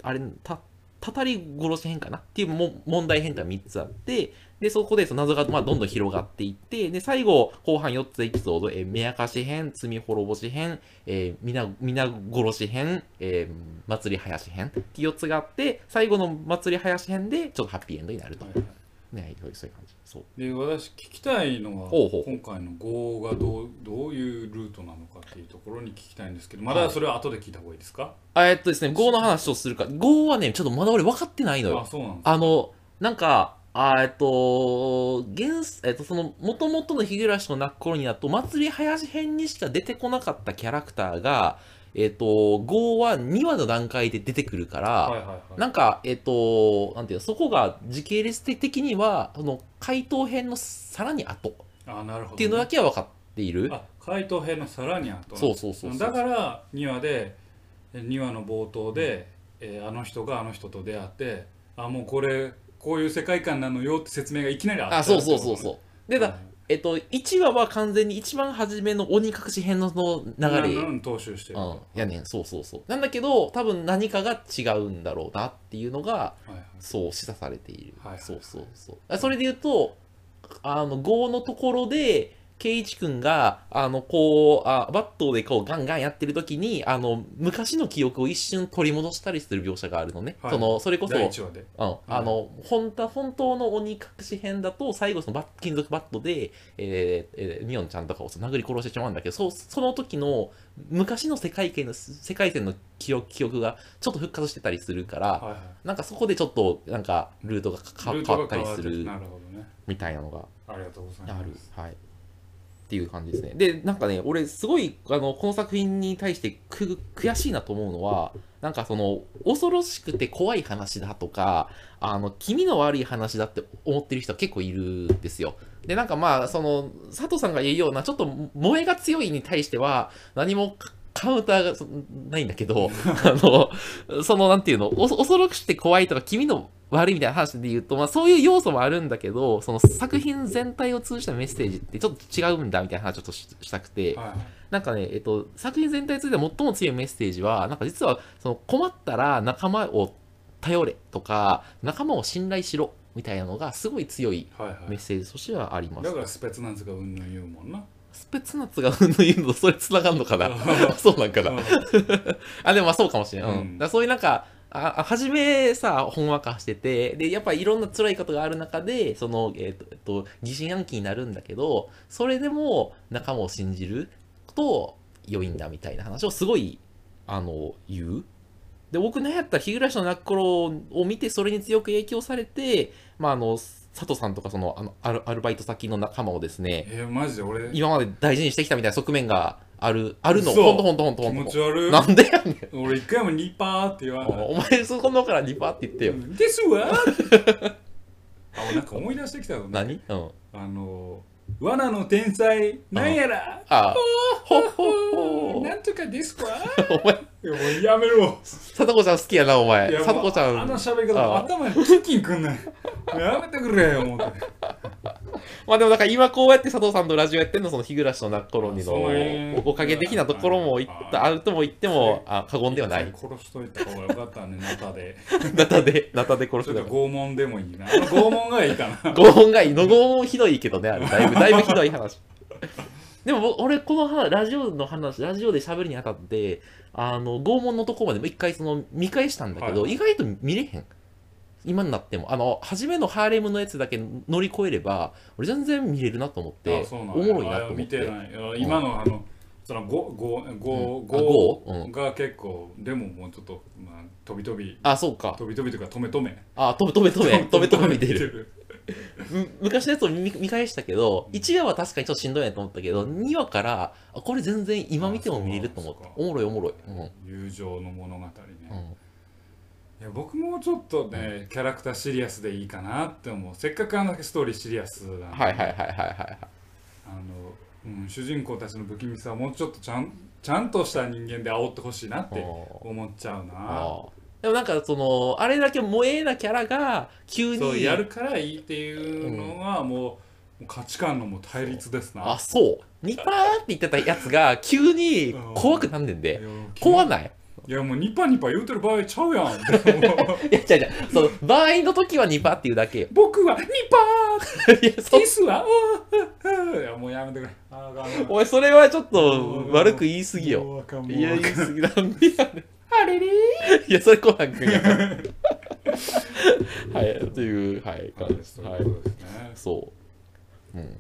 Speaker 2: たあれ、た、たたり殺し編かなっていうも問題編が3つあって、で、そこでその謎が、まあ、どんどん広がっていって、で、最後、後半4つエピソード、えー、目明かし編、罪滅ぼし編、えー、皆、皆殺し編、えー、祭り林編っていう4つがあって、最後の祭り林編で、ちょっとハッピーエンドになると。
Speaker 1: はいはい
Speaker 2: ね、そういうそういう感じ。そう。
Speaker 1: で私聞きたいのは
Speaker 2: ほうほう
Speaker 1: 今回の GO がどうどういうルートなのかっていうところに聞きたいんですけどまだそれは後で聞いた方がいいですか、
Speaker 2: あえっとですね、GO の話をするか。GO はね、ちょっとまだ俺分かってないの
Speaker 1: あ
Speaker 2: よ。
Speaker 1: そうなんです
Speaker 2: あの、なんか、あえっと、原す、えっと、その、元々の日暮らしの泣く頃にだと、祭り林編にしか出てこなかったキャラクターが、えっと、GO は2話の段階で出てくるから、
Speaker 1: はいはいはい
Speaker 2: なんか、えっと、なんていうの、そこが時系列的には、その、回答編のさらに後っ
Speaker 1: あなるほどね、
Speaker 2: ていうのだけは分かっている。
Speaker 1: あ回答編のさらに後なんです
Speaker 2: そうそうそうそう。
Speaker 1: だから2話で2話の冒頭で、えーあの人があの人と出会ってあもうこれこういう世界観なのよって説明がいきなりあった
Speaker 2: あ、そうそうそうそうう。で、だえっと、1話は完全に一番初めの鬼隠し編のその流れ。
Speaker 1: れ踏襲してる、
Speaker 2: う
Speaker 1: は
Speaker 2: ん、やねん、そうそうそう。なんだけど、多分何かが違うんだろうなっていうのが、
Speaker 1: いはい、
Speaker 2: そう、示唆されている。
Speaker 1: はいはい
Speaker 2: そうそうそう。あそれで言うと、あの、5のところで、圭一君が、あの、こう、あバットでこう、ガンガンやってる時に、あの、昔の記憶を一瞬取り戻したりする描写があるのね。
Speaker 1: はい
Speaker 2: その、それこそ、
Speaker 1: 第1話で
Speaker 2: うん、あの、本当本当の鬼隠し編だと、最後そのバッ金属バットで、えーえーミオンちゃんとかをその殴り殺してしまうんだけど、そうその時の昔の世界圏の、世界線の記憶記憶がちょっと復活してたりするから、
Speaker 1: はいはい
Speaker 2: なんかそこでちょっと、なんか、ルートがか
Speaker 1: ルー
Speaker 2: 変わ
Speaker 1: ト
Speaker 2: っ
Speaker 1: が
Speaker 2: たりする
Speaker 1: 変わってなるほどね
Speaker 2: みたいなのが
Speaker 1: ありがとうございます
Speaker 2: ある。はい。っていう感じですね。で、なんかね、俺、すごい、あの、この作品に対してく悔しいなと思うのは、なんかその、恐ろしくて怖い話だとか、あの、気味の悪い話だって思ってる人は結構いるんですよ。で、なんかまあ、その、佐藤さんが言うような、ちょっと萌えが強いに対しては、何もカカウンターがそないんだけ ど、あの、その、なんていうの、お恐ろしくて怖いとか、気味の悪いみたいな話で言うと、まあ、そういう要素もあるんだけど、その作品全体を通じたメッセージってちょっと違うんだみたいな話をちょっとししたくて、
Speaker 1: はい
Speaker 2: なんかね、えっと、作品全体について最も強いメッセージは、なんか実は、その困ったら仲間を頼れとか、仲間を信頼しろみたいなのがすごい強い
Speaker 1: はいはい
Speaker 2: メッセージとしてはあります。
Speaker 1: だからスペツナンズがうんぬん言うもんな
Speaker 2: スペツナツがうんぬん言うのとそれ繋がるのかな そうなんかな
Speaker 1: うん
Speaker 2: あ、でもまあそうかもしれない。うん。
Speaker 1: うん
Speaker 2: だからそういうなんか、あ、あ初めさ、ほんわかしてて、で、やっぱいろんな辛いことがある中で、その、えっ、と、えっと、疑心暗鬼になるんだけど、それでも仲間を信じると良いんだみたいな話をすごい、あの、言う。で、僕のやったら日暮らしの泣く頃を見て、それに強く影響されて、まあ、あの、佐藤さんとかその、あの、アルアルバイト先の仲間をですね、
Speaker 1: えー、マジで俺気
Speaker 2: 今まで大事にしてきたみたいな側面がある、あるの。
Speaker 1: 嘘
Speaker 2: ほんとほんとほんとほんと。
Speaker 1: 持ち悪い
Speaker 2: なんでやねん。
Speaker 1: 俺一回もニパーって言わない
Speaker 2: お前そこのからリパって言ってよ。
Speaker 1: うんですわあ俺なんか思い出してきたの
Speaker 2: 何うん。
Speaker 1: あの罠の天才なんやら
Speaker 2: ああ。ほっほっ
Speaker 1: お
Speaker 2: ほ
Speaker 1: ーなんとかですわ
Speaker 2: お前、
Speaker 1: いやもうやめろ
Speaker 2: さとこちゃん好きやな、お前。
Speaker 1: いやもう
Speaker 2: さとこちゃ
Speaker 1: あの
Speaker 2: ん。
Speaker 1: 喋り方
Speaker 2: あ
Speaker 1: 頭にキンキンくんないやめてくれよ思って
Speaker 2: まあでもなんか今こうやって佐藤さんとラジオやってんの、その日暮らしのなコロニ
Speaker 1: あそうね
Speaker 2: のおかげ的なところもいっ
Speaker 1: あ
Speaker 2: た、あるとも言っても、あ、過言ではない。
Speaker 1: 殺しといた方がよかったね中で
Speaker 2: ナタで、ナタで殺
Speaker 1: ち
Speaker 2: す
Speaker 1: ょっ
Speaker 2: だ
Speaker 1: と
Speaker 2: ろ。
Speaker 1: 拷問でもいい なあの拷問がいいかな
Speaker 2: 拷問がいい。の拷問ひどいけどね、あれだいぶ、だいぶひどい話。でも僕俺、この話ラジオの話、ラジオで喋るにあたって、あの、拷問のとこまでも一回その見返したんだけど、
Speaker 1: はい
Speaker 2: 意外と見れへん。今になっても。あの、初めのハーレムのやつだけ乗り越えれば、俺全然見れるなと思って、
Speaker 1: あそうな
Speaker 2: お
Speaker 1: んや
Speaker 2: もろいなと
Speaker 1: あ
Speaker 2: 思っ
Speaker 1: 見
Speaker 2: て。
Speaker 1: てないあ今のあのそのゴゴゴ
Speaker 2: うんあ
Speaker 1: ゴ
Speaker 2: ゴうん
Speaker 1: が結構でももうちょっとまあ飛び飛び
Speaker 2: あ、そうか。
Speaker 1: 飛び飛びというか止め止め
Speaker 2: あ、と止め 止め、止め止め見てる。
Speaker 1: る
Speaker 2: む昔のやつを見見返したけど、1話は確かにちょっとしんどいなと思ったけど、2話から、あこれ全然今見ても見れると思った
Speaker 1: あ。そうか
Speaker 2: おもろいおもろい。うん
Speaker 1: 友情の物語ね、
Speaker 2: うん
Speaker 1: いや僕もちょっとねキャラクターシリアスでいいかなって思うせっかくあんだけストーリーシリアスなんで
Speaker 2: はいはいはいはいはい
Speaker 1: あの、うん、主人公たちの不気味さをもうちょっとちゃんちゃんとした人間で煽ってほしいなっ
Speaker 2: はい
Speaker 1: て思っちゃうな
Speaker 2: あーでもなんかそのあれだけ萌えなキャラが急に
Speaker 1: そうやるからいいっていうのはもう,、価値観のもう対立ですな
Speaker 2: あそうニパーって言ってたやつ が急に怖くなんねん
Speaker 1: い
Speaker 2: で
Speaker 1: や
Speaker 2: 怖ない
Speaker 1: いやもうニパニパ言うてる場合ちゃうやん
Speaker 2: いや違う違うその場合の時はニパーっていうだけよ
Speaker 1: 僕はニパ
Speaker 2: いやそ
Speaker 1: ーキス はうーいやもうやめてくれあーあかん
Speaker 2: おいそれはちょっと悪く言いすぎよ
Speaker 1: もうあかんもう
Speaker 2: いや
Speaker 1: あかん
Speaker 2: 言いすぎなんでやねん
Speaker 1: あれれ
Speaker 2: いやそれコナン君やから はいというはい
Speaker 1: そう
Speaker 2: 感じ
Speaker 1: で
Speaker 2: ですす
Speaker 1: ね
Speaker 2: はいそう。うん。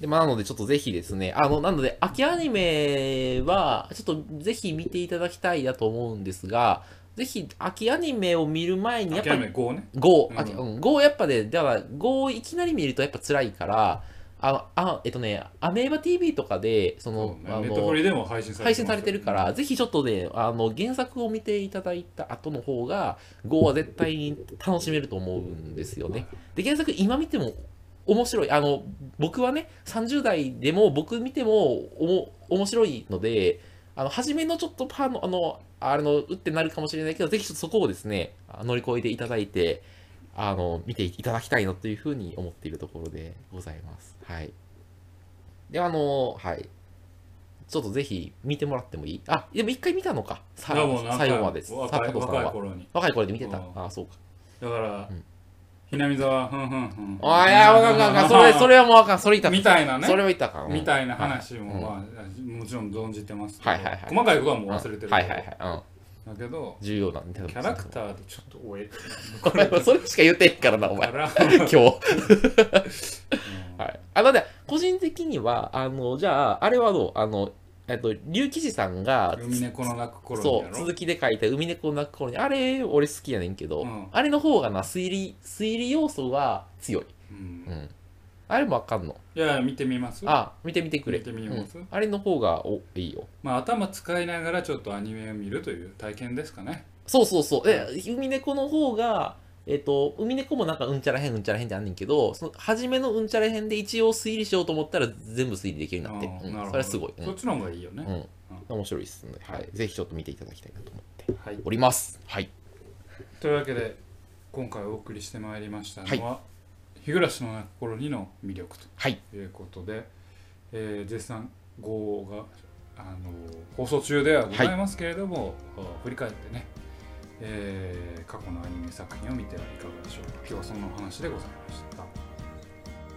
Speaker 2: で、まあ、なので、ちょっとぜひですね、あの、なので、秋アニメは、ちょっとぜひ見ていただきたいだと思うんですが、ぜひ、秋アニメを見る前に、やっ
Speaker 1: 諦
Speaker 2: ぱ
Speaker 1: め
Speaker 2: り、
Speaker 1: 5ね
Speaker 2: 5、
Speaker 1: うん
Speaker 2: あうん、5やっぱで、だから、5いきなり見るとやっぱ辛いから、あの、あえっとね、アメーバ TV とかで、その、
Speaker 1: そうね
Speaker 2: あ
Speaker 1: ネット
Speaker 2: の
Speaker 1: フ、リでも配信されて
Speaker 2: 配信されてるから、ぜひちょっとね、あの、原作を見ていただいた後の方が、GO は絶対に楽しめると思うんですよね。で、原作今見ても面白い。あの、僕はね、30代でも僕見てもおも面白いので、あの、初めのちょっとパーの、あの、あれの、うってなるかもしれないけど、ぜひちょっとそこをですね、あ乗り越えていただいて、あの、見ていただきたいなというふうに思っているところでございます。はい。で、あの、はい。ちょっとぜひ見てもらってもいいあ、でも一回見たのか。さ
Speaker 1: いやもうなんか
Speaker 2: 最後までです。さ
Speaker 1: 若
Speaker 2: 加
Speaker 1: い
Speaker 2: 藤さん
Speaker 1: 若い
Speaker 2: は。
Speaker 1: 頃に
Speaker 2: 若い頃で見てた。
Speaker 1: うん
Speaker 2: ああ、そうか。
Speaker 1: だから、
Speaker 2: うん
Speaker 1: ひなみざはふんふんふん
Speaker 2: あいや、わかんわかんわかん。それ、それはもうわかん。それいた
Speaker 1: みたいなね
Speaker 2: それはいたか。うん
Speaker 1: みたいな
Speaker 2: はい
Speaker 1: 話も、まあもちろん存じてますけど、
Speaker 2: はいはいはい
Speaker 1: 細かいことはもう忘れてるけど、
Speaker 2: はいはいはい。
Speaker 1: だけど
Speaker 2: うん。重要なん
Speaker 1: キ
Speaker 2: キ
Speaker 1: ャラクターでちょっと追えて
Speaker 2: ー。それしか言ってへんからな、お
Speaker 1: るか
Speaker 2: 前。
Speaker 1: ら、
Speaker 2: 今日。
Speaker 1: うん
Speaker 2: はい、あのね個人的にはあのじゃああれはどうあのえっと龍騎士さんが
Speaker 1: 海猫の泣く頃に
Speaker 2: そ
Speaker 1: や
Speaker 2: う
Speaker 1: ろ
Speaker 2: 続きで書いた「海猫の泣く頃に」あれ俺好きやねんけど、
Speaker 1: うん
Speaker 2: あれの方がな推理推理要素は強い、
Speaker 1: うん
Speaker 2: うん、あれもあかんの
Speaker 1: いや見てみます
Speaker 2: あ見てみてくれ
Speaker 1: 見てみます
Speaker 2: うんあれの方がおいいよ
Speaker 1: まあ頭使いながらちょっとアニメを見るという体験ですかね
Speaker 2: そうそうそう。え、海猫の方が、えっと、海猫もなんかうんちゃらへんうんちゃらへんってあんねんけど、その初めのうんちゃらへんで一応推理しようと思ったら全部推理できるようになっ
Speaker 1: う
Speaker 2: て、
Speaker 1: ん
Speaker 2: うん
Speaker 1: なるほど
Speaker 2: それはすごい。うん
Speaker 1: そっちの方がいいよね、
Speaker 2: うん面白いですので、はい、ぜひちょっと見ていただきたいなと思って
Speaker 1: はい
Speaker 2: おります。はい。
Speaker 1: というわけで今回お送りしてまいりましたのは「日暮らしの泣く頃に」の魅力
Speaker 2: はい。
Speaker 1: ということで、えー、絶賛号が、あの放送中ではございますけれども、あ振り返ってね、えー過去のアニメ作品を見てはいかがでしょうか今日はそんなお話でございました。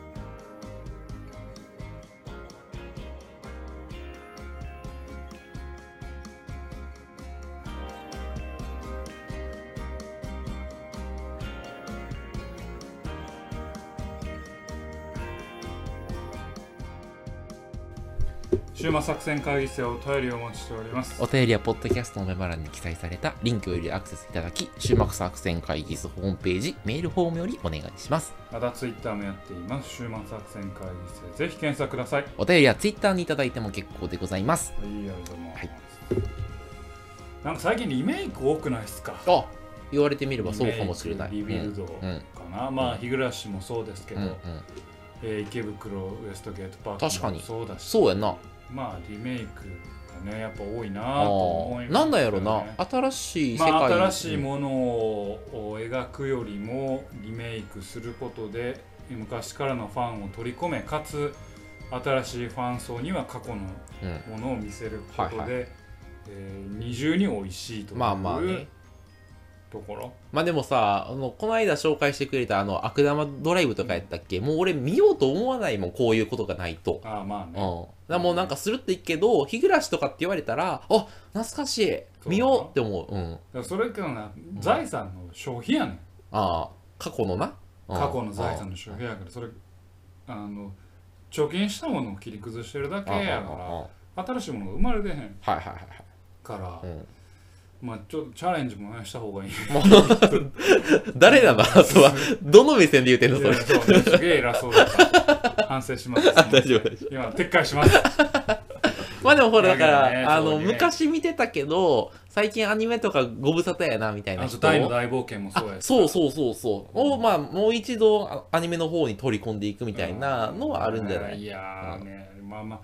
Speaker 1: 週末作戦会議室へお便りをお待ちしております。
Speaker 2: お便りは、ポッドキャストのメモ欄に記載されたリンクよりアクセスいただき、週末作戦会議室ホームページ、メールフォームよりお願いします。
Speaker 1: またツイッターもやっています。週末作戦会議室へぜひ検索ください。
Speaker 2: お便りは Twitter にいただいても結構でございます。
Speaker 1: いいやりと思います
Speaker 2: はい
Speaker 1: なんか最近リメイク多くないですか
Speaker 2: あ言われてみればそうかもしれない。
Speaker 1: リメイクリビルドか
Speaker 2: うんうん
Speaker 1: な、まあ日暮らしもそうですけ
Speaker 2: う
Speaker 1: ど、
Speaker 2: んうん
Speaker 1: えー池袋ウエストゲートパーク
Speaker 2: 確か
Speaker 1: も
Speaker 2: に
Speaker 1: そうだし
Speaker 2: そうやな。
Speaker 1: まあリメイクがねやっぱ多いな
Speaker 2: あ
Speaker 1: と思い
Speaker 2: ー
Speaker 1: ますよ
Speaker 2: な
Speaker 1: ね、
Speaker 2: んだやろな。新しい世界。
Speaker 1: まあ、新しいものを描くよりもリメイクすることで昔からのファンを取り込めかつ新しいファン層には過去の
Speaker 2: うん。うん
Speaker 1: ものを見せることで、
Speaker 2: はいは
Speaker 1: えー二重に美味しいという
Speaker 2: まあまあね。
Speaker 1: ところ
Speaker 2: まあでもさ、あの、この間紹介してくれたあの、悪玉ドライブとかやったっけもう俺見ようと思わないもん、こういうことがないと。
Speaker 1: ああまあ
Speaker 2: うん。
Speaker 1: ね、
Speaker 2: だからもうなんかするって言うけど、日暮らしとかって言われたら、あ懐かしい見ようって思う。うん。
Speaker 1: だからそれけどな財産の消費やねん
Speaker 2: ああ、過去のな。うん
Speaker 1: 過去の財産の消費やからそれあの貯金したものを切り崩してるだけ
Speaker 2: うんうんうん
Speaker 1: や
Speaker 2: うん
Speaker 1: か
Speaker 2: はい
Speaker 1: ら新しいものが生まれてへん
Speaker 2: はいはい
Speaker 1: から
Speaker 2: はい。うん
Speaker 1: まあちょっとチャレンジもねした方 がいい
Speaker 2: もう誰なのあ とは、どの目線で言ってんのそれ。
Speaker 1: そうねすげえ偉そうだった反省します
Speaker 2: 大丈夫、大丈夫。
Speaker 1: 今撤回します
Speaker 2: まあでもほら、だか
Speaker 1: いやいやね
Speaker 2: ら、あ
Speaker 1: そ
Speaker 2: の、
Speaker 1: うね
Speaker 2: 昔見てたけど、最近アニメとかご無沙汰やな、みたいな
Speaker 1: あと
Speaker 2: 人。
Speaker 1: 大の大冒険もそう
Speaker 2: あ
Speaker 1: やし
Speaker 2: そうそうそうそう。を、まあ、もう一度あアニメの方に取り込んでいくみたいなのはあるんじゃない
Speaker 1: いやーねまあまあ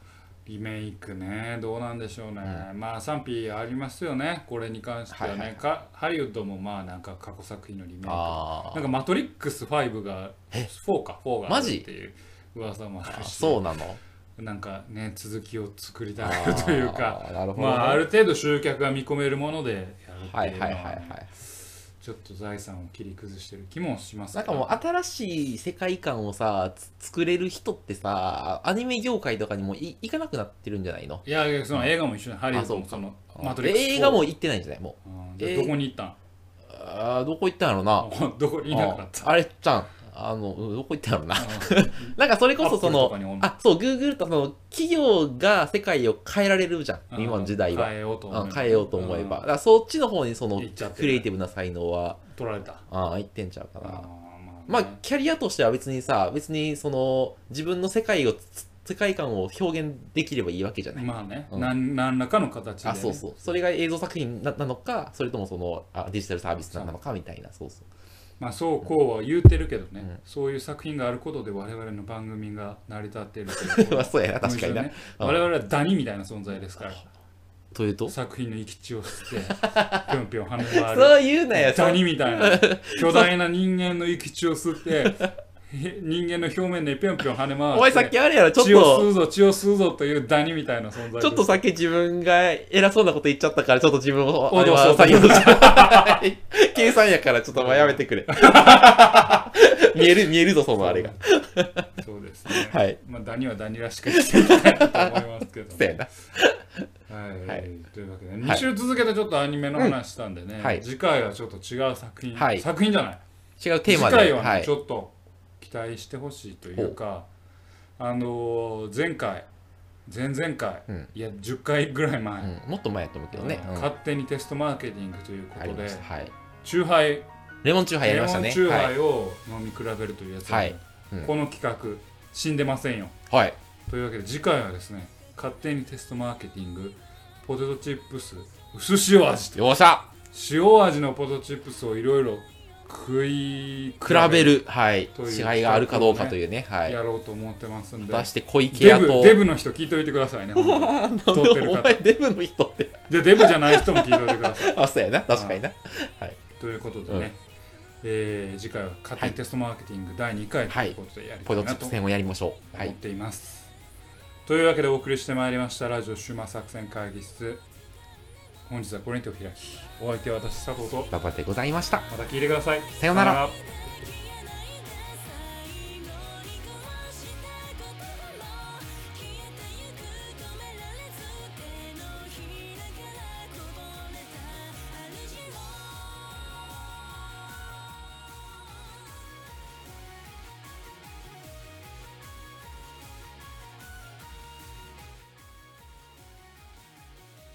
Speaker 1: リメイクねどうなんでしょうね、まあ賛否ありますよねこれに関してはね、
Speaker 2: はいはい
Speaker 1: かハリウッドもまあなんか過去作品のリメイクな
Speaker 2: あ
Speaker 1: ん
Speaker 2: ー
Speaker 1: か「マトリックス5」が4か4があ
Speaker 2: マ
Speaker 1: る
Speaker 2: ジ
Speaker 1: っていう噂もあ
Speaker 2: あ。
Speaker 1: るし
Speaker 2: そうな の。
Speaker 1: なんかね続きを作りたがるというか
Speaker 2: あー。なるほど、
Speaker 1: ま
Speaker 2: ね。
Speaker 1: あある程度集客が見込めるものでやる
Speaker 2: は
Speaker 1: っ
Speaker 2: い
Speaker 1: てい
Speaker 2: は
Speaker 1: う
Speaker 2: い
Speaker 1: の
Speaker 2: はい
Speaker 1: は
Speaker 2: はい。
Speaker 1: ちょっと財産を切り崩してる気もします
Speaker 2: なんかもう新しい世界観をさ、つ作れる人ってさ、アニメ業界とかにもい行かなくなってるんじゃないの
Speaker 1: いやいやその映画も一緒にハリウッドも
Speaker 2: あ
Speaker 1: そ
Speaker 2: そう
Speaker 1: の
Speaker 2: あ
Speaker 1: マトリックス
Speaker 2: 映
Speaker 1: 4
Speaker 2: 画も行ってないんじゃないも
Speaker 1: うんでどこに行ったん
Speaker 2: う。あーどこ行ったんやろな。
Speaker 1: どこにいなかった
Speaker 2: ああれちゃん、あの、うんどこ行ったんやろな。
Speaker 1: うん
Speaker 2: なんかそれこそそ
Speaker 1: アップルとかにお
Speaker 2: の
Speaker 1: ん、の
Speaker 2: あ、そう、Google とその企業が世界を変えられるじゃん、今の時代は。
Speaker 1: 変えようと
Speaker 2: う
Speaker 1: 思
Speaker 2: ん変えようと思えば。だからそっちの方にその
Speaker 1: いっちゃってる
Speaker 2: クリエイティブな才能は、
Speaker 1: うん取られた
Speaker 2: あーいってんちゃうか
Speaker 1: あー
Speaker 2: な。
Speaker 1: ま
Speaker 2: まあ
Speaker 1: ね、
Speaker 2: キャリアとしては別にさ、別にその自分の世界をつ、世界観を表現できればいいわけじゃない。
Speaker 1: まあね
Speaker 2: うん
Speaker 1: なん何らかの形で
Speaker 2: あ、
Speaker 1: ね
Speaker 2: そうそう。それが映像作品ななのか、それともそのあデジタルサービスなのかみたいな、そうそう。
Speaker 1: まあそうこうは言うてるけど
Speaker 2: う
Speaker 1: ね
Speaker 2: ん
Speaker 1: そういう作品があることで我々の番組が成り立ってい るという
Speaker 2: まあそうやな、確かにな。
Speaker 1: 矛盾ね我々はダニみたいな存在ですから
Speaker 2: というと
Speaker 1: 作品の行き地を 吸ってぴょんぴょん跳ね回る
Speaker 2: そう言うなよ、そ
Speaker 1: ダ
Speaker 2: う
Speaker 1: ニみたい な巨大な人間の行き地を吸ってへ人間の表面でぴょんぴょん跳ね回って
Speaker 2: お前さっきあれやろ、ちょっ
Speaker 1: 血を吸
Speaker 2: と、
Speaker 1: うぞ血を吸うぞというダニみたいな存在です
Speaker 2: ちょっとさっき自分が偉そうなこと言っちゃったから、ちょっと自分を、
Speaker 1: お
Speaker 2: あれは
Speaker 1: どうぞ
Speaker 2: 作業した。計算やから、ちょっとお前やめて くれ。見える、見えるぞ、そのあれが。
Speaker 1: そうですね
Speaker 2: はい
Speaker 1: まあダニはダニらしく生きていきたいなと思いますけど
Speaker 2: そうやな。
Speaker 1: はい、
Speaker 2: はい
Speaker 1: というわけで2週続けてちょっとアニメの話したんでね、
Speaker 2: うんはい
Speaker 1: 次回はちょっと違う作品、
Speaker 2: はい
Speaker 1: 作品じゃない
Speaker 2: 違うテーマで。
Speaker 1: 次回はね、
Speaker 2: はい
Speaker 1: ち。ょっと期待してほしいというかあのー前回前々回、
Speaker 2: うん
Speaker 1: いや10回ぐらい前、
Speaker 2: うんもっと前やと思うけどね。うん
Speaker 1: 勝手にテストマーケティングというこ
Speaker 2: あ
Speaker 1: と
Speaker 2: りま
Speaker 1: で
Speaker 2: した。はい。
Speaker 1: チューハイ
Speaker 2: レモンチューハイやり
Speaker 1: レ
Speaker 2: まし
Speaker 1: モ
Speaker 2: た
Speaker 1: ン
Speaker 2: ね。
Speaker 1: チュー
Speaker 2: は
Speaker 1: ハ
Speaker 2: い。
Speaker 1: イを飲み比べるというやつ、
Speaker 2: はいうん
Speaker 1: この企画死んでませんよ
Speaker 2: はい。
Speaker 1: というわけで次回はですね勝手にテストマーケティングポテトチップス薄塩味
Speaker 2: よっしゃ
Speaker 1: 塩味のポテトチップスをいろいろ食い
Speaker 2: 比べる。はい
Speaker 1: という。
Speaker 2: 違いがあるかどうかというね。はい。
Speaker 1: やろうと思ってますんで、
Speaker 2: 出して小池
Speaker 1: デ
Speaker 2: 屋
Speaker 1: ブ
Speaker 2: と。
Speaker 1: デブの人聞いといてくださいねほんとに太 ってる
Speaker 2: お
Speaker 1: 方
Speaker 2: 前デブの人って。
Speaker 1: でデブじゃない人も聞いといてください
Speaker 2: あ、そうやな。確かにな。
Speaker 1: ということでね、
Speaker 2: うん
Speaker 1: えー次回は勝手にテストマーケティング第2回ということでやりた
Speaker 2: ポ
Speaker 1: い
Speaker 2: テト
Speaker 1: な
Speaker 2: チップ
Speaker 1: と
Speaker 2: ス戦をやりましょう。は
Speaker 1: 思っ
Speaker 2: い。
Speaker 1: ています、というわけでお送りしてまいりましたラジオ終末作戦会議室本日はこれにてお開きお相手は私佐藤と
Speaker 2: ババでございました。
Speaker 1: また聞いてください
Speaker 2: さようなら
Speaker 1: ら